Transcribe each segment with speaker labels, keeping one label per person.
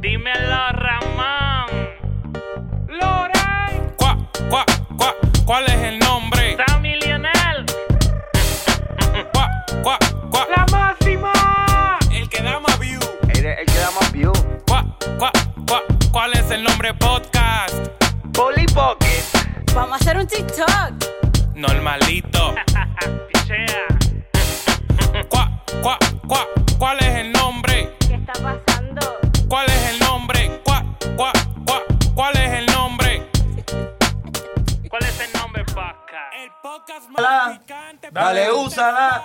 Speaker 1: Dímelo, Ramón. Loren.
Speaker 2: Cuá, cuá, cuá, ¿cuál es el nombre?
Speaker 1: Sammy Lionel.
Speaker 2: Cuá, cuá, cuá,
Speaker 1: La máxima.
Speaker 2: el que da más view.
Speaker 3: Eres el que da más view.
Speaker 2: Cuá, cuá, cuá, ¿cuál es el nombre podcast?
Speaker 3: Polly Pocket.
Speaker 4: Vamos a hacer un TikTok.
Speaker 2: Normalito.
Speaker 1: Pichea.
Speaker 2: Cuá, cuá, cuá, ¿cuál es el nombre?
Speaker 4: ¿Qué está pasando?
Speaker 2: ¿Cuál es el nombre? Cuá, cuá, cuá, ¿cuál es el nombre?
Speaker 1: ¿Cuál es el nombre, Paca?
Speaker 2: El podcast
Speaker 3: Dale, Dale, úsala.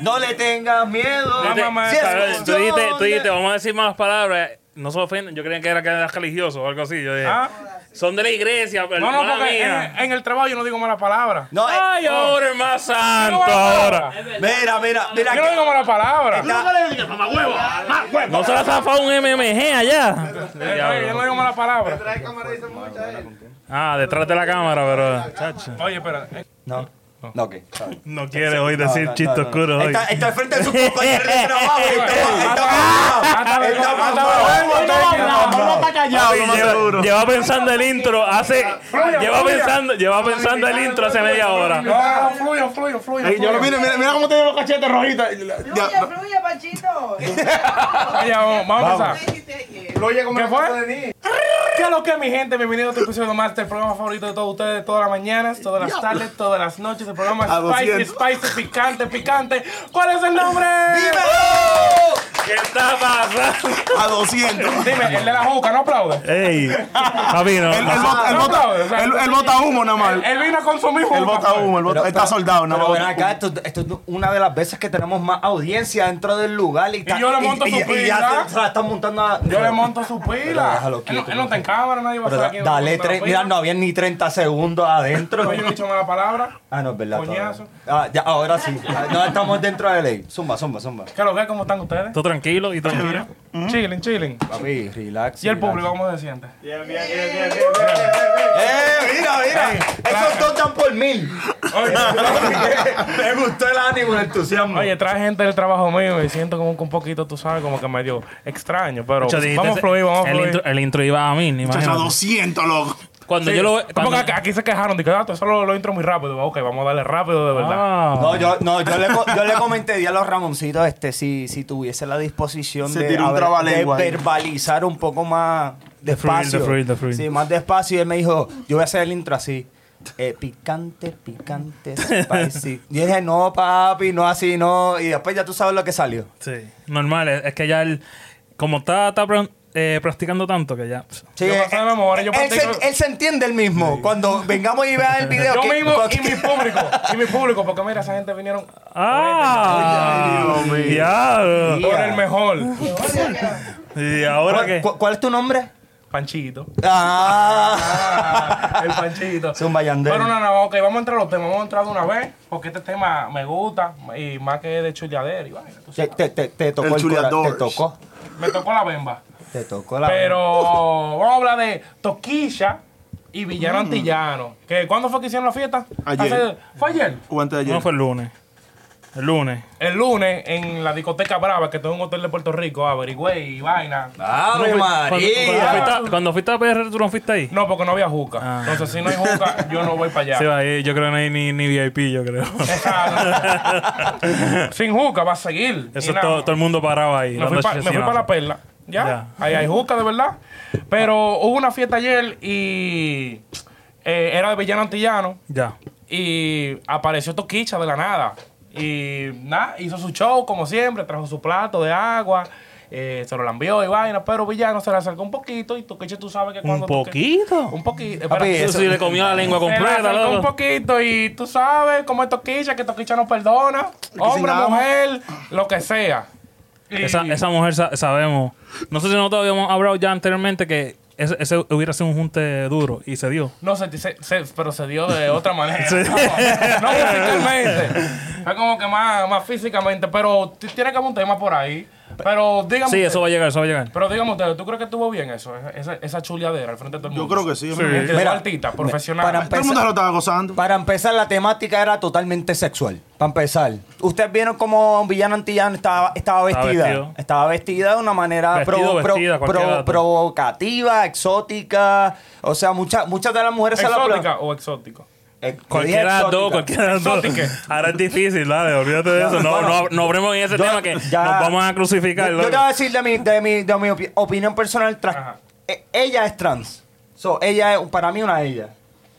Speaker 3: No le tengas miedo.
Speaker 5: Tú dijiste-
Speaker 2: mamá,
Speaker 3: Si es
Speaker 2: está bien.
Speaker 5: tú dijiste,
Speaker 3: cuestión
Speaker 5: tú dijiste,
Speaker 3: de-
Speaker 5: vamos a decir más palabras. No se ofenden, yo creía que era que eras religioso o algo así. Yo dije,
Speaker 2: Ah.
Speaker 5: son de la iglesia, pero
Speaker 2: No, no,
Speaker 5: hermana
Speaker 2: porque en,
Speaker 5: mía.
Speaker 2: en el trabajo yo no digo mala palabra.
Speaker 3: No, eh,
Speaker 5: Ay, ahora es más santo
Speaker 2: No,
Speaker 5: ahora.
Speaker 3: mira, mira, mira.
Speaker 2: Yo no digo mala palabra.
Speaker 3: Está-
Speaker 5: No se la zafa un MMG allá.
Speaker 2: Eh, oye, Yo no digo mala palabra.
Speaker 5: Ah, detrás de la cámara, pero. Chacho.
Speaker 2: Oye, espera. eh,
Speaker 3: No, no, ¿qué? Sorry.
Speaker 5: No quiere hoy decir
Speaker 3: No, no,
Speaker 5: chistes
Speaker 3: no, no.
Speaker 5: oscuros hoy.
Speaker 3: Está, está al frente de su compañero de trabajo. y Está
Speaker 2: Hasta
Speaker 3: está-
Speaker 2: luego,
Speaker 3: está
Speaker 2: hasta
Speaker 3: mamado.
Speaker 2: luego,
Speaker 3: Está
Speaker 2: hasta
Speaker 3: mamado.
Speaker 2: luego.
Speaker 5: Papi, lleva, lleva pensando el intro hace.
Speaker 2: Fluya,
Speaker 5: Lleva
Speaker 2: fluya.
Speaker 5: pensando, lleva pensando el intro hace media hora.
Speaker 2: No, no, fluyo, fluyo, fluyo.
Speaker 6: Yo lo miro, mira, mira cómo te los cachetes rojitas.
Speaker 7: Fluye, fluye, Panchito.
Speaker 2: Oye, vamos, vamos a empezar.
Speaker 6: Lo llega
Speaker 2: ¿Qué fue?
Speaker 6: de mí.
Speaker 2: ¿Qué es lo que mi gente? Bienvenidos a este episodio más del programa favorito de todos ustedes, todas las mañanas, todas las tardes, todas las noches. El programa
Speaker 6: A
Speaker 2: Spicy,
Speaker 6: 200.
Speaker 2: Spicy, picante, picante. ¿Cuál es el nombre?
Speaker 5: ¿Qué está pasando?
Speaker 6: A 200.
Speaker 2: Dime, el de la juca, ¿no aplaude?
Speaker 5: Ey, papi, no.
Speaker 6: El, el,
Speaker 5: no-
Speaker 6: bota-
Speaker 2: No,
Speaker 6: el,
Speaker 2: no,
Speaker 6: bota,
Speaker 2: no,
Speaker 6: el, el bota humo nada más.
Speaker 2: Él vino a consumir juca.
Speaker 6: El bota humo, el bota, está soldado nada
Speaker 3: Pero ven
Speaker 6: más.
Speaker 3: acá, esto, esto es una de las veces que tenemos más audiencia dentro del lugar. Y, está-
Speaker 2: yo le monto su
Speaker 3: y ya
Speaker 2: pila.
Speaker 3: te- se la están montando a-
Speaker 2: Yo le monto su pila.
Speaker 3: déjalo
Speaker 2: Él no-
Speaker 3: quieto,
Speaker 2: él no está en cámara, nadie va a
Speaker 3: Pero
Speaker 2: estar
Speaker 3: da-
Speaker 2: aquí.
Speaker 3: dale tres. Mira, no había ni 30 segundos adentro.
Speaker 2: No, yo no he dicho mala palabra.
Speaker 3: Ah, no, es verdad. todavía.
Speaker 2: Coñazo.
Speaker 3: Ah, ya, ahora sí. Ah, No estamos dentro de ley. Zumba, zumba, zumba.
Speaker 2: ¿Qué lo que? ¿Cómo están ustedes? Mm.
Speaker 5: Tú tranquilo y tranquilo.
Speaker 2: Chilling, chilling.
Speaker 3: Papi, relax.
Speaker 2: ¿Y el
Speaker 3: relax.
Speaker 2: público cómo se siente?
Speaker 3: ¡Eh, mira, mira! Esos dos están por mil. Me gustó el ánimo, el entusiasmo.
Speaker 2: Oye, trae gente del trabajo mío y siento como que un poquito, tú sabes, como que medio extraño, pero
Speaker 5: Chacho, dijiste,
Speaker 2: vamos a fluir, vamos a
Speaker 5: el
Speaker 2: fluir.
Speaker 5: intro, el intro iba a mí, ni
Speaker 6: Chacho, a
Speaker 5: imagino.
Speaker 6: 200, loco.
Speaker 5: Cuando
Speaker 2: Sí,
Speaker 5: yo lo
Speaker 2: es
Speaker 5: cuando-
Speaker 2: porque aquí- aquí se quejaron, dije, ah, tú solo lo intro muy rápido. Digo, Ok, vamos a darle rápido, de verdad.
Speaker 5: Ah.
Speaker 3: No, yo, no, yo, le, co- yo le comenté a los Ramoncitos este, si, si tuviese la disposición
Speaker 6: Se
Speaker 3: de,
Speaker 6: tiró un
Speaker 3: haber-
Speaker 6: trabalengua
Speaker 3: de
Speaker 6: ahí.
Speaker 3: verbalizar un poco más
Speaker 5: fluir, de
Speaker 3: despacio.
Speaker 5: fluir, de fluir.
Speaker 3: Sí, más despacio. Y él me dijo, yo voy a hacer el intro así. eh, picante, picante, spicy. Y yo dije, no, papi, no así, no. Y después ya tú sabes lo que salió.
Speaker 5: Sí, normal, es, es que ya él, como está, está pra- eh, practicando tanto que ya. pss.
Speaker 3: Sí, eh,
Speaker 2: Yo me sé de memoria, yo
Speaker 3: él,
Speaker 2: practico-
Speaker 3: se, él se entiende él mismo. Cuando vengamos y vean el video.
Speaker 2: Yo
Speaker 3: que-
Speaker 2: mismo
Speaker 3: cuando-
Speaker 2: y mi público, y mi público, porque mira, esa gente vinieron
Speaker 5: ¡Ah! ¡Diablo!
Speaker 2: por el mejor.
Speaker 3: Ah.
Speaker 5: ¿Y ahora qué?
Speaker 3: ¿Cuál, cu- cuál es tu nombre?
Speaker 2: Panchito.
Speaker 3: Ah.
Speaker 2: el Panchito.
Speaker 3: Zumba, Yandel.
Speaker 2: Pero no, no, ok, vamos a entrar a los temas, vamos a entrar de una vez, porque este tema me gusta, y más que de chuleadero y vaina. tú
Speaker 3: Te,
Speaker 2: sabes.
Speaker 3: te, te, te tocó
Speaker 6: El
Speaker 3: el, cora-
Speaker 6: chuleador.
Speaker 3: Te tocó.
Speaker 2: Me tocó la bemba.
Speaker 3: Te tocó la.
Speaker 2: Pero vamos a hablar de Toquilla y
Speaker 5: Mm.
Speaker 2: Villano Antillano. Que, ¿Cuándo fue que hicieron la fiesta?
Speaker 6: Ayer.
Speaker 2: ¿Fue ayer?
Speaker 6: O antes de
Speaker 5: No
Speaker 6: ayer.
Speaker 5: fue el lunes. El lunes.
Speaker 2: El lunes en la discoteca Brava, que está en un hotel de Puerto Rico, averigüé y vaina.
Speaker 3: ¡Ave
Speaker 5: pues, Cuando- Cuando,
Speaker 3: María!
Speaker 5: cuando fuiste, a- cuando fuiste a PR, tú no fuiste ahí.
Speaker 2: No, porque no había juca.
Speaker 5: Ah.
Speaker 2: Entonces, si no hay juca, yo no voy para allá.
Speaker 5: Sí, ahí yo creo que no hay ni, ni VIP, yo creo.
Speaker 2: Exacto. Sin juca, va a seguir.
Speaker 5: Eso
Speaker 2: Y nada.
Speaker 5: todo, todo el mundo paraba ahí.
Speaker 2: Me fui,
Speaker 5: dando
Speaker 2: pa- me fui
Speaker 5: chesinazo.
Speaker 2: para la perla. Ya.
Speaker 5: Ya.
Speaker 2: Ahí hay juca, de verdad. Pero hubo una fiesta ayer y eh, era de Villano Antillano.
Speaker 5: Ya.
Speaker 2: Y apareció Toquicha de la nada. Y nada, hizo su show como siempre, trajo su plato de agua, eh, se lo lambió y vaina, pero Villano se le acercó un poquito y Toquicha tú sabes que cuando...
Speaker 5: ¿Un
Speaker 2: Toque-
Speaker 5: poquito?
Speaker 2: Un poquito.
Speaker 3: Papi,
Speaker 2: espera.
Speaker 5: Eso sí le comió la lengua
Speaker 2: Se le
Speaker 5: completa,
Speaker 2: acercó un
Speaker 5: loco.
Speaker 2: poquito y tú sabes cómo es Toquicha, que Toquicha no perdona, hombre,
Speaker 6: sin nada.
Speaker 2: mujer, lo que sea. Y-
Speaker 5: Esa, esa mujer sa- sabemos. No sé si nosotros habíamos hablado ya anteriormente que ese, ese hubiera sido un junte duro y se dio.
Speaker 2: No, se, se- se- pero se dio de otra manera.
Speaker 5: Sí.
Speaker 2: No, no musicalmente. Fue como que más, más físicamente. Pero t- tiene que haber un tema por ahí. Pero dígame.
Speaker 5: Sí,
Speaker 2: usted-
Speaker 5: eso va a llegar, eso va a llegar.
Speaker 2: Pero dígame usted, ¿tú crees que estuvo bien eso? Esa- Esa, esa chuleadera al frente de todo el
Speaker 6: Yo
Speaker 2: mundo.
Speaker 6: creo que sí. yo
Speaker 5: Sí.
Speaker 6: creo que-
Speaker 2: Mira,
Speaker 3: Mira,
Speaker 2: artista,
Speaker 3: me-
Speaker 2: profesional.
Speaker 3: para-
Speaker 6: Todo el mundo se lo estaba gozando.
Speaker 3: Para empezar, la temática era totalmente sexual. Para empezar, ustedes vieron cómo Villana Antillana estaba, estaba
Speaker 5: Estaba
Speaker 3: vestida.
Speaker 5: vestido.
Speaker 3: estaba vestida de una manera
Speaker 5: Vestido,
Speaker 3: provo- pro-
Speaker 5: vestida, cualquier
Speaker 3: pro-
Speaker 5: dato.
Speaker 3: provocativa, exótica. O sea, muchas muchas de las mujeres se la
Speaker 2: ¿Exótica o exótico?
Speaker 3: Eh, yo dije
Speaker 5: Cualquiera de las dos,
Speaker 3: exótica.
Speaker 5: cualquiera de las dos.
Speaker 2: Exótica.
Speaker 5: Ahora es difícil, dale, olvídate de eso. No, no, no hablemos en ese tema que
Speaker 3: Ya.
Speaker 5: nos vamos a crucificar.
Speaker 3: Yo, yo
Speaker 5: loco.
Speaker 3: te voy a decir de mi, de mi, de mi opi- opinión personal. trans-
Speaker 2: Ajá.
Speaker 3: Eh, ella es trans. So, ella es, para mí, una ella.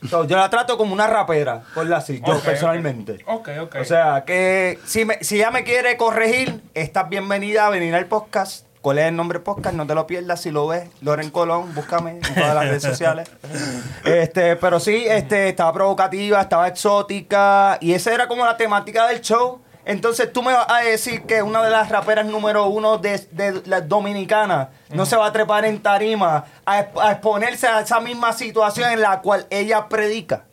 Speaker 3: So, yo la trato como una rapera, por la así, yo
Speaker 2: Ok, ok.
Speaker 3: personalmente.
Speaker 2: Ok, ok.
Speaker 3: O sea, que si, me, si ella me quiere corregir, estás bienvenida a venir al podcast. ¿Cuál es el nombre del podcast? No te lo pierdas si lo ves. Loren Colón, búscame en todas las redes sociales. Este, pero sí, este, estaba provocativa, estaba exótica. Y esa era como la temática del show. Entonces tú me vas a decir que una de las raperas número uno de, de la dominicana no se va a trepar en tarima a, exp- a exponerse a esa misma situación en la cual ella predica.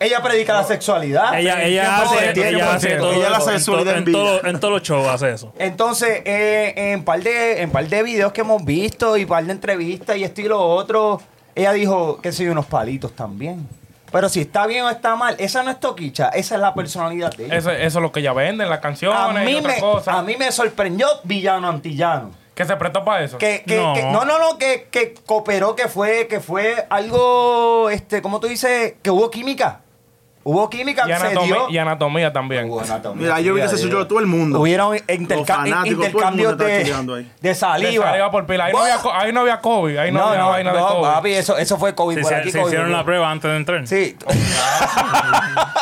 Speaker 3: Ella predica la sexualidad.
Speaker 5: Ella, ella
Speaker 3: Tiempo
Speaker 5: hace,
Speaker 3: de tiempo,
Speaker 5: ella hace
Speaker 3: tiempo.
Speaker 5: todo.
Speaker 6: Ella la
Speaker 5: eso, en
Speaker 6: sexualidad
Speaker 5: todo-
Speaker 6: en
Speaker 5: en
Speaker 6: vida.
Speaker 5: todo- En todos los shows hace eso.
Speaker 3: Entonces, eh, en par de, en par de videos que hemos visto y par de entrevistas y esto y lo otro, ella dijo que soy unos palitos también. Pero si está bien o está mal, esa no es toquicha, esa es la personalidad de ella.
Speaker 2: eso, eso es lo que ella vende en las canciones
Speaker 3: a,
Speaker 2: y
Speaker 3: mí
Speaker 2: otras
Speaker 3: me,
Speaker 2: cosas.
Speaker 3: a mí me sorprendió Villano Antillano.
Speaker 2: Que se prestó para eso.
Speaker 3: Que, que- que-
Speaker 5: No.
Speaker 3: no. no, no, que, que cooperó, que fue, que fue algo, este, ¿cómo tú dices? Que hubo química. Hubo química,
Speaker 2: y,
Speaker 3: se
Speaker 2: anatomía,
Speaker 3: dio.
Speaker 2: y anatomía también.
Speaker 3: Hubo anatomía,
Speaker 6: Mira, yo vi que se
Speaker 3: sí,
Speaker 6: subió todo el mundo.
Speaker 3: Hubieron interca-
Speaker 6: Los fanáticos,
Speaker 3: intercambios
Speaker 6: todo el mundo estaba
Speaker 3: de,
Speaker 6: chuleando ahí.
Speaker 3: de
Speaker 2: Le
Speaker 3: saliva.
Speaker 2: saliva por pila. Ahí no, había, co- ahí no había COVID. Ahí no,
Speaker 3: No,
Speaker 2: había
Speaker 3: no,
Speaker 2: vaina
Speaker 3: no,
Speaker 2: de COVID.
Speaker 3: papi, eso, eso fue COVID.
Speaker 5: Se,
Speaker 3: por
Speaker 5: hici-
Speaker 3: aquí,
Speaker 5: se
Speaker 3: COVID,
Speaker 5: hicieron
Speaker 3: por
Speaker 5: la
Speaker 3: allá.
Speaker 5: prueba antes de entrar.
Speaker 3: Sí.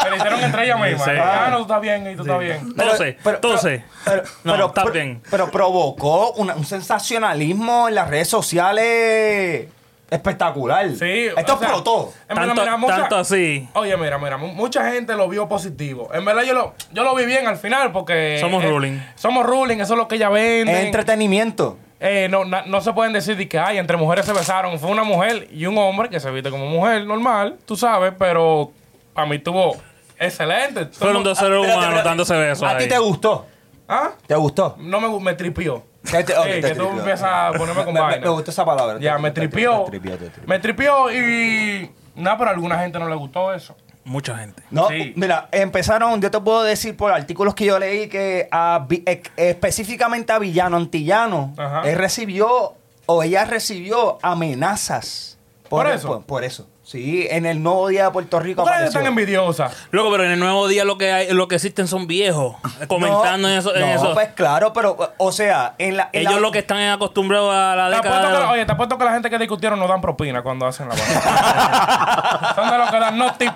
Speaker 2: Se le hicieron entre ellas mismas.
Speaker 5: Sí.
Speaker 2: Ah, no, tú estás bien y tú estás bien.
Speaker 5: Entonces, entonces.
Speaker 3: pero-
Speaker 5: No,
Speaker 3: pero-
Speaker 5: está
Speaker 3: pero-
Speaker 5: bien.
Speaker 3: Pero provocó una- un sensacionalismo en las redes sociales espectacular.
Speaker 2: Sí,
Speaker 3: Esto
Speaker 2: o sea,
Speaker 3: explotó.
Speaker 2: en verdad,
Speaker 5: Tanto-
Speaker 2: mira, mucha-
Speaker 5: tanto así.
Speaker 2: Oye, mira, mira, mu- mucha gente lo vio positivo. En verdad, yo lo, yo lo vi bien al final porque.
Speaker 5: Somos
Speaker 2: eh,
Speaker 5: ruling.
Speaker 2: Somos ruling, eso es lo que ella vende.
Speaker 3: entretenimiento.
Speaker 2: Eh, no, na- no se pueden decir de que, ay, entre mujeres se besaron. Fue una mujer y un hombre que se viste como mujer, normal, tú sabes, pero a mí estuvo excelente.
Speaker 5: Fueron dos seres
Speaker 3: Espérate,
Speaker 5: humanos
Speaker 3: espérate.
Speaker 5: dándose besos.
Speaker 3: ¿A ti
Speaker 5: ahí.
Speaker 3: te gustó?
Speaker 2: ¿Ah?
Speaker 3: ¿Te gustó?
Speaker 2: No me, gu- me tripió.
Speaker 3: Te- te- oh,
Speaker 2: Sí,
Speaker 3: te
Speaker 2: que tú
Speaker 3: tripió.
Speaker 2: empiezas a ponerme con
Speaker 3: Me- me-
Speaker 2: vaina.
Speaker 3: me gustó esa palabra.
Speaker 2: Ya,
Speaker 3: Ah, Te-
Speaker 2: me
Speaker 3: te- te-
Speaker 2: tripió.
Speaker 3: te tripió, te tripió.
Speaker 2: Me tripió y... Nada, pero a alguna gente no le gustó eso.
Speaker 5: Mucha gente.
Speaker 3: No,
Speaker 2: Sí.
Speaker 3: mira, empezaron, yo te puedo decir por artículos que yo leí que a Vi- eh, específicamente a Villano Antillano,
Speaker 2: Ajá.
Speaker 3: él recibió o ella recibió amenazas.
Speaker 2: ¿Por eso?
Speaker 3: Por, por eso. Sí, en el nuevo día de Puerto Rico.
Speaker 2: ¿Por qué
Speaker 3: apareció.
Speaker 2: están envidiosas?
Speaker 5: Loco, pero en el nuevo día lo que hay, lo que existen son viejos. Comentando
Speaker 3: No,
Speaker 5: en eso. En
Speaker 3: no,
Speaker 5: eso.
Speaker 3: pues claro, pero, o sea, en la. en
Speaker 5: Ellos
Speaker 3: la-
Speaker 5: lo que están es acostumbrados a la
Speaker 2: Te apuesto
Speaker 5: década.
Speaker 2: que,
Speaker 5: de los-
Speaker 2: oye, te apuesto que la gente que discutieron no dan propina cuando hacen la vaina. Son de los que dan no tip.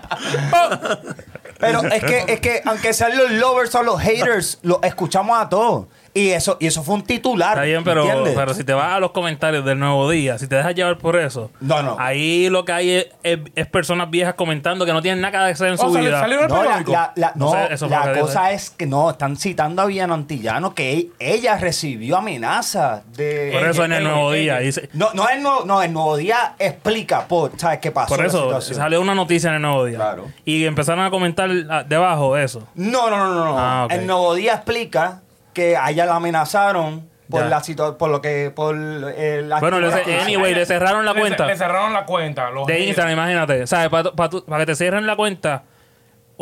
Speaker 3: Pero es que, es que, aunque sean los lovers o los haters, lo escuchamos a todos. Y eso, y eso fue un titular.
Speaker 5: Está bien, pero,
Speaker 3: ¿entiendes?
Speaker 5: pero si te vas a los comentarios del nuevo día, si te dejas llevar por eso,
Speaker 3: No, no.
Speaker 5: ahí lo que hay es, es- es personas viejas comentando que no tienen nada que hacer en su
Speaker 3: Oh,
Speaker 2: O sea, le
Speaker 5: vida.
Speaker 2: salieron el
Speaker 3: No, la,
Speaker 2: periódico.
Speaker 3: la- la-
Speaker 5: No
Speaker 3: no,
Speaker 5: sé, eso fue lo
Speaker 3: la
Speaker 5: que
Speaker 3: cosa es que no, están citando a Villano Antillano que e- ella recibió amenazas de...
Speaker 5: por eso en el
Speaker 2: ella,
Speaker 3: eh,
Speaker 5: nuevo día.
Speaker 2: ella.
Speaker 5: dice-
Speaker 3: No, no, el nuevo, no, el nuevo día explica, por, ¿sabes qué pasó?
Speaker 5: por
Speaker 3: la
Speaker 5: eso
Speaker 3: situación?
Speaker 5: salió una noticia en el nuevo día.
Speaker 3: Claro.
Speaker 5: Y empezaron a comentar ah, debajo eso.
Speaker 3: No, no, no, no. no.
Speaker 5: Ah, ok.
Speaker 3: El nuevo día explica que a ella la amenazaron por
Speaker 5: Ya.
Speaker 3: la situación, por lo que, por eh, la...
Speaker 5: Bueno, le-
Speaker 3: actividad que hizo.
Speaker 5: anyway, le cerraron la
Speaker 2: Le-
Speaker 5: cuenta.
Speaker 2: Le cerraron la cuenta. los
Speaker 5: De
Speaker 2: haters.
Speaker 5: Instagram, imagínate. ¿Sabes? Para que te cierren la cuenta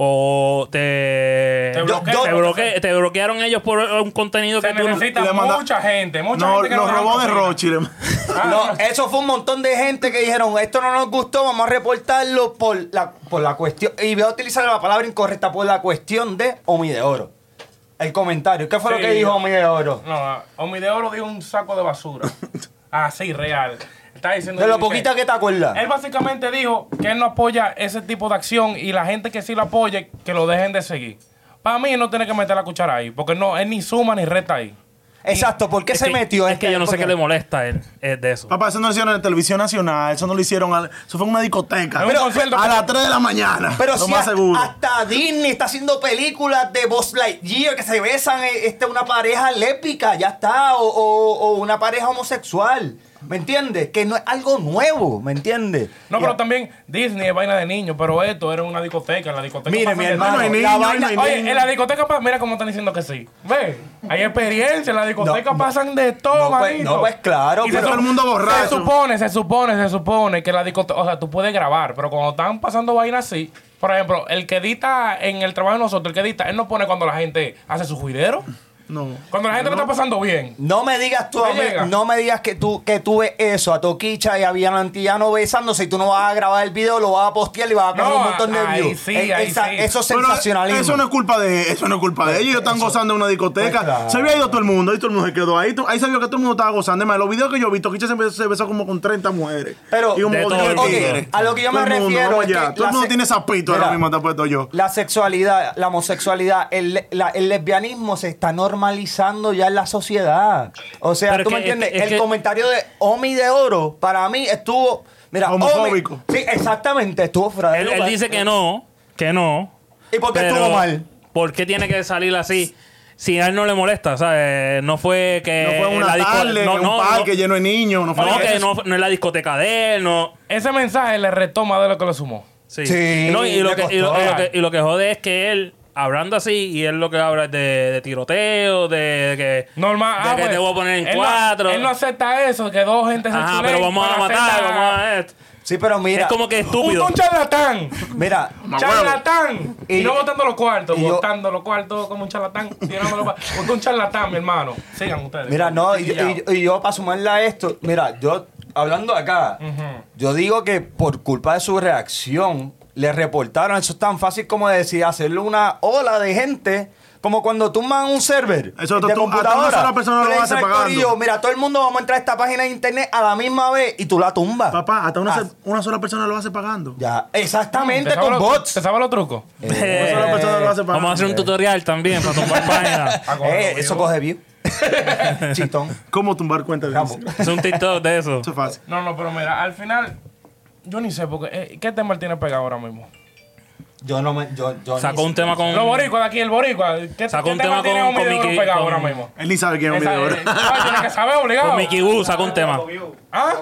Speaker 5: o te,
Speaker 2: Te bloquean.
Speaker 5: te bloque- te bloquearon ellos por un contenido
Speaker 2: Se
Speaker 5: que tú no-
Speaker 2: necesita
Speaker 6: Le manda-
Speaker 2: mucha gente. Mucha
Speaker 6: No,
Speaker 2: gente que
Speaker 6: los
Speaker 2: dan
Speaker 6: robó de
Speaker 2: propina.
Speaker 6: Rochi.
Speaker 2: Ah,
Speaker 3: No, eso fue un montón de gente que dijeron, esto no nos gustó, vamos a reportarlo por la, por la cuestión. Y voy a utilizar la palabra incorrecta, por la cuestión de Omi de Oro. El comentario. ¿Qué fue
Speaker 2: Sí.
Speaker 3: lo que dijo Omi de Oro?
Speaker 2: No, Omi de Oro dio un saco de basura. Así, real. Está diciendo
Speaker 3: De lo
Speaker 2: que-
Speaker 3: poquita que te acuerdas.
Speaker 2: Él básicamente dijo que él no apoya ese tipo de acción y la gente que sí lo apoye, que lo dejen de seguir. Para mí, él no tiene que meter la cuchara ahí, porque no, él ni suma ni resta ahí.
Speaker 3: Exacto, ¿por qué
Speaker 5: Es
Speaker 3: se
Speaker 5: que-
Speaker 3: metió? este
Speaker 5: Es que yo no sé qué le molesta a él eh, de eso.
Speaker 6: Papá, eso no lo hicieron en la televisión nacional. Eso no lo hicieron. al- eso fue en una discoteca.
Speaker 2: En un concierto
Speaker 6: a
Speaker 2: que-
Speaker 6: las 3 de la mañana.
Speaker 3: Pero
Speaker 6: lo
Speaker 3: si
Speaker 6: más
Speaker 3: hasta,
Speaker 6: seguro.
Speaker 3: hasta Disney está haciendo películas de Buzz Lightyear que se besan eh, este, una pareja lésbica, ya está, o, o- o una pareja homosexual. ¿Me entiendes? Que no es algo nuevo, ¿me entiendes?
Speaker 2: No,
Speaker 3: Y-
Speaker 2: pero también Disney es vaina de niños, pero esto era una discoteca. En la discoteca
Speaker 3: Mire,
Speaker 2: pasan
Speaker 3: mi
Speaker 2: de
Speaker 3: hermano,
Speaker 2: todo.
Speaker 6: no hay niño,
Speaker 3: la
Speaker 6: no
Speaker 3: vaina-
Speaker 6: hay niño.
Speaker 2: Oye, en la discoteca, pa- mira cómo están diciendo que sí. Ve, hay experiencia, en la discoteca
Speaker 3: No,
Speaker 2: pasan de todo,
Speaker 3: no, pues,
Speaker 2: Oh, manito.
Speaker 3: no, pues, claro,
Speaker 2: Y
Speaker 3: pero-
Speaker 6: Todo el mundo borracho.
Speaker 2: Se supone, se supone, se supone que la discoteca, o sea, tú puedes grabar, pero cuando están pasando vainas así, por ejemplo, el que edita en el trabajo de nosotros, el que edita, él no pone cuando la gente hace su juidero.
Speaker 6: No.
Speaker 2: Cuando la gente no está pasando bien.
Speaker 3: No me digas tú, a
Speaker 2: ¿Te
Speaker 3: mí-
Speaker 2: llega?
Speaker 3: no me digas que tú, que tú ves eso, a Toquicha y a Villanantillano besándose y tú no vas a grabar el video, lo vas a postear y vas a poner
Speaker 2: No,
Speaker 3: un montón de
Speaker 2: ahí
Speaker 3: views.
Speaker 2: sí,
Speaker 3: Es-
Speaker 2: ahí
Speaker 3: esa-
Speaker 2: sí.
Speaker 3: Eso es
Speaker 6: Pero
Speaker 3: sensacionalismo.
Speaker 6: Eso no es culpa de eso no es culpa de ellos. Ellos están gozando en una discoteca.
Speaker 3: Pues claro.
Speaker 6: Se había ido todo el mundo y todo el mundo se quedó ahí. Tú- Ahí se vio que todo el mundo estaba gozando. Además, los videos que yo he visto, Kiche se, be- se besó como con 30 mujeres.
Speaker 3: Pero-
Speaker 6: y como
Speaker 5: De
Speaker 6: con
Speaker 5: todo el
Speaker 6: 10
Speaker 5: mundo.
Speaker 6: tigres.
Speaker 3: Ok, a lo que yo me
Speaker 6: Todo el mundo,
Speaker 3: refiero
Speaker 6: vamos
Speaker 3: es que
Speaker 6: allá. todo
Speaker 3: la
Speaker 6: el mundo
Speaker 3: se-
Speaker 6: tiene zapito ahora
Speaker 3: Mira.
Speaker 6: mismo, te puesto yo.
Speaker 3: La sexualidad, la homosexualidad, el, la- el lesbianismo se está normalizando ya en la sociedad. O sea,
Speaker 5: Pero
Speaker 3: tú
Speaker 5: es
Speaker 3: me
Speaker 5: que-
Speaker 3: entiendes,
Speaker 5: es
Speaker 3: el
Speaker 5: que-
Speaker 3: comentario de Omi de Oro para mí estuvo... Mira, Omi-
Speaker 6: Homofóbico.
Speaker 3: sí, exactamente, estuvo fuera de
Speaker 5: Él, él
Speaker 3: lugar.
Speaker 5: dice que no, que no.
Speaker 3: ¿Y por qué estuvo mal?
Speaker 5: ¿Por qué tiene que salir así? Si a él no le molesta, ¿sabes? No fue que.
Speaker 6: no fue una
Speaker 5: Eh, la disco-
Speaker 6: tarde,
Speaker 5: no,
Speaker 6: en
Speaker 5: no,
Speaker 6: un parque lleno de niños. No
Speaker 5: No,
Speaker 6: fue
Speaker 5: no,
Speaker 6: eso.
Speaker 5: que no, no es la discoteca de él, no.
Speaker 2: Ese mensaje le retoma de lo que lo sumó.
Speaker 5: Sí.
Speaker 3: Sí,
Speaker 5: Y no, y, lo
Speaker 3: le
Speaker 5: que, y lo- y
Speaker 3: costó.
Speaker 5: lo que- y lo que jode es que él, hablando así, y él lo que habla es de, de tiroteo, de, de que.
Speaker 2: Normal.
Speaker 5: De
Speaker 2: ah,
Speaker 5: que
Speaker 2: pues,
Speaker 5: te voy a poner en
Speaker 2: él no-
Speaker 5: cuatro.
Speaker 2: él no acepta eso, que dos gente se
Speaker 5: Ajá,
Speaker 2: chulen
Speaker 5: pero vamos a
Speaker 2: para
Speaker 5: matar,
Speaker 2: aceptar-
Speaker 5: vamos a esto.
Speaker 3: Sí, pero mira,
Speaker 5: Es como que estúpido.
Speaker 2: Un charlatán.
Speaker 3: mira,
Speaker 6: Mamá huevo.
Speaker 2: Charlatán. Y,
Speaker 3: Y-
Speaker 2: no botando los cuartos,
Speaker 3: y yo-
Speaker 2: botando los cuartos como un charlatán. tirando los cuartos. Porque un charlatán, mi hermano. Sigan ustedes.
Speaker 3: Mira, no, y,
Speaker 2: Pillao.
Speaker 3: y- y yo para sumarle a esto, mira, yo hablando acá, yo digo que por culpa de su reacción le reportaron, eso es tan fácil como decir, hacerle una ola de gente. Como cuando tumban un server
Speaker 6: Eso tú-
Speaker 3: de
Speaker 6: tú- a una sola persona
Speaker 3: tú
Speaker 6: lo
Speaker 3: le
Speaker 6: vas a
Speaker 3: dices al
Speaker 6: hacer pagando.
Speaker 3: corillo, mira, todo el mundo vamos a entrar a esta página de internet a la misma vez y tú la tumbas.
Speaker 6: Papá, hasta una,
Speaker 3: Ah,
Speaker 6: se- una sola persona lo hace pagando.
Speaker 3: Ya,
Speaker 2: ¿Te
Speaker 3: exactamente
Speaker 2: sabes
Speaker 3: con
Speaker 2: lo- ¿Te
Speaker 3: bots.
Speaker 2: sabes los trucos?
Speaker 6: Una sola persona lo hace pagando.
Speaker 5: Eh, Vamos a hacer un tutorial también para tumbar páginas.
Speaker 2: Ah, cojones,
Speaker 3: Eh,
Speaker 2: amigo.
Speaker 3: eso coge view. Chitón.
Speaker 6: ¿Cómo tumbar cuenta de
Speaker 3: Vamos.
Speaker 6: eso?
Speaker 5: Es un TikTok de eso.
Speaker 6: Eso es fácil.
Speaker 2: No, no, pero mira, al final, yo ni sé, porque eh, ¿qué tema él tiene pegado ahora mismo?
Speaker 3: Yo no me. Yo, yo ni
Speaker 5: Sacó un
Speaker 3: sé.
Speaker 5: tema con.
Speaker 2: Los boricuas de aquí, el boricua. ¿Qué,
Speaker 5: Sacó
Speaker 2: qué
Speaker 5: un tema
Speaker 2: tiene
Speaker 5: con-
Speaker 2: Omi
Speaker 5: con
Speaker 2: de Oro
Speaker 5: Mickey-
Speaker 2: pegado
Speaker 5: con-
Speaker 2: ahora mismo?
Speaker 6: Él ni sabe quién es un
Speaker 2: Esa-
Speaker 6: video.
Speaker 2: eh, ah, tiene que saber, obligado.
Speaker 5: Con Mickey Wu sacó un tema.
Speaker 2: ¿Ah?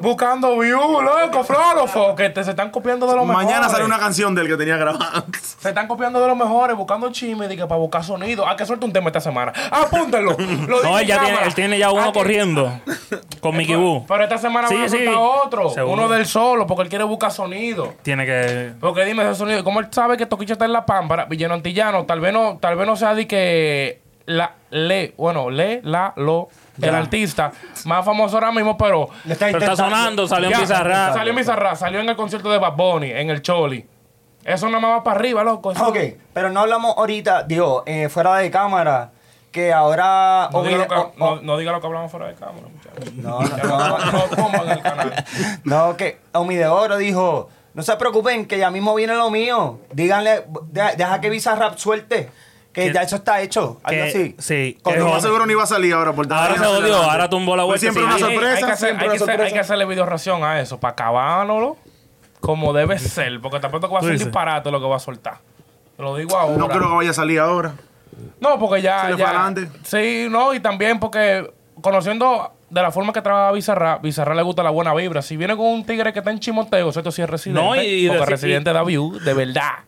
Speaker 2: Buscando view, loco, flólofo, que te, se están copiando de los mejores.
Speaker 6: Mañana sale una canción del que tenía grabada.
Speaker 2: Se están copiando de los mejores, buscando chisme, de que para buscar sonido. Ah, que suelta un tema esta semana. Apúntenlo. Lo
Speaker 5: No,
Speaker 2: dice
Speaker 5: él ya tiene,
Speaker 2: cámara.
Speaker 5: él tiene ya uno
Speaker 2: Ah, que-
Speaker 5: corriendo. Con Mickey Boo.
Speaker 2: Pero esta semana
Speaker 5: Sí,
Speaker 2: van a
Speaker 5: sí.
Speaker 2: soltar otro.
Speaker 5: Seguro.
Speaker 2: Uno del solo, porque él quiere buscar sonido.
Speaker 5: Tiene que.
Speaker 2: Porque dime ese sonido. ¿Cómo él sabe que Toquicha está en la pámpara? Villano Antillano, tal vez no, tal vez no sea de que la le, bueno, le, la, lo, el artista más famoso ahora mismo, pero
Speaker 3: Le está
Speaker 5: Pero está
Speaker 3: intentando-
Speaker 5: sonando, salió en
Speaker 2: Ya,
Speaker 5: Bizarrap.
Speaker 2: Salió en Bizarrap, salió en el concierto de Bad Bunny, en el Choli. Eso nada más va para arriba, loco. Eso-
Speaker 3: Ok, pero no hablamos ahorita, digo, eh, fuera de cámara, que ahora...
Speaker 2: No diga, lo que,
Speaker 3: o-
Speaker 2: no-
Speaker 3: o-
Speaker 2: no diga lo que hablamos fuera de cámara, muchachos.
Speaker 3: No,
Speaker 2: Ya
Speaker 3: no,
Speaker 2: no,
Speaker 3: no.
Speaker 2: no coman el canal.
Speaker 3: No, que Omi de Oro dijo, no se preocupen, que ya mismo viene lo mío. Díganle, de- deja que Bizarrap suelte, que,
Speaker 5: Que-
Speaker 3: ya eso está hecho. Algo
Speaker 5: que-
Speaker 3: así.
Speaker 5: sí, que
Speaker 6: Lo
Speaker 3: Corrijo.
Speaker 6: más seguro ni va a salir ahora. Por
Speaker 5: Ahora se jodió, ahora tumbó la
Speaker 6: Fue
Speaker 5: vuelta,
Speaker 2: Pues
Speaker 6: Siempre
Speaker 5: sí.
Speaker 6: una
Speaker 5: Ay, ay,
Speaker 6: sorpresa.
Speaker 2: hay, que hacer,
Speaker 6: siempre
Speaker 2: hay, que hacer,
Speaker 6: una
Speaker 2: hay que
Speaker 6: sorpresa.
Speaker 2: hacerle video reacción a eso, para acabárnoslo como debe ser, porque tampoco va a
Speaker 5: Tú
Speaker 2: ser un
Speaker 5: dices.
Speaker 2: disparate lo que va a soltar. Te lo digo ahora.
Speaker 6: No creo que vaya a salir ahora.
Speaker 2: No, porque ya.
Speaker 6: Se le fue
Speaker 2: ya-
Speaker 6: adelante.
Speaker 2: Sí, no, y también porque conociendo de la forma que trabaja Bizarra, Bizarra le gusta la buena vibra. Si viene con un tigre que está en chimoteo, esto sí es residente.
Speaker 5: No, y- y
Speaker 2: porque
Speaker 5: decir-
Speaker 2: residente da view, de verdad.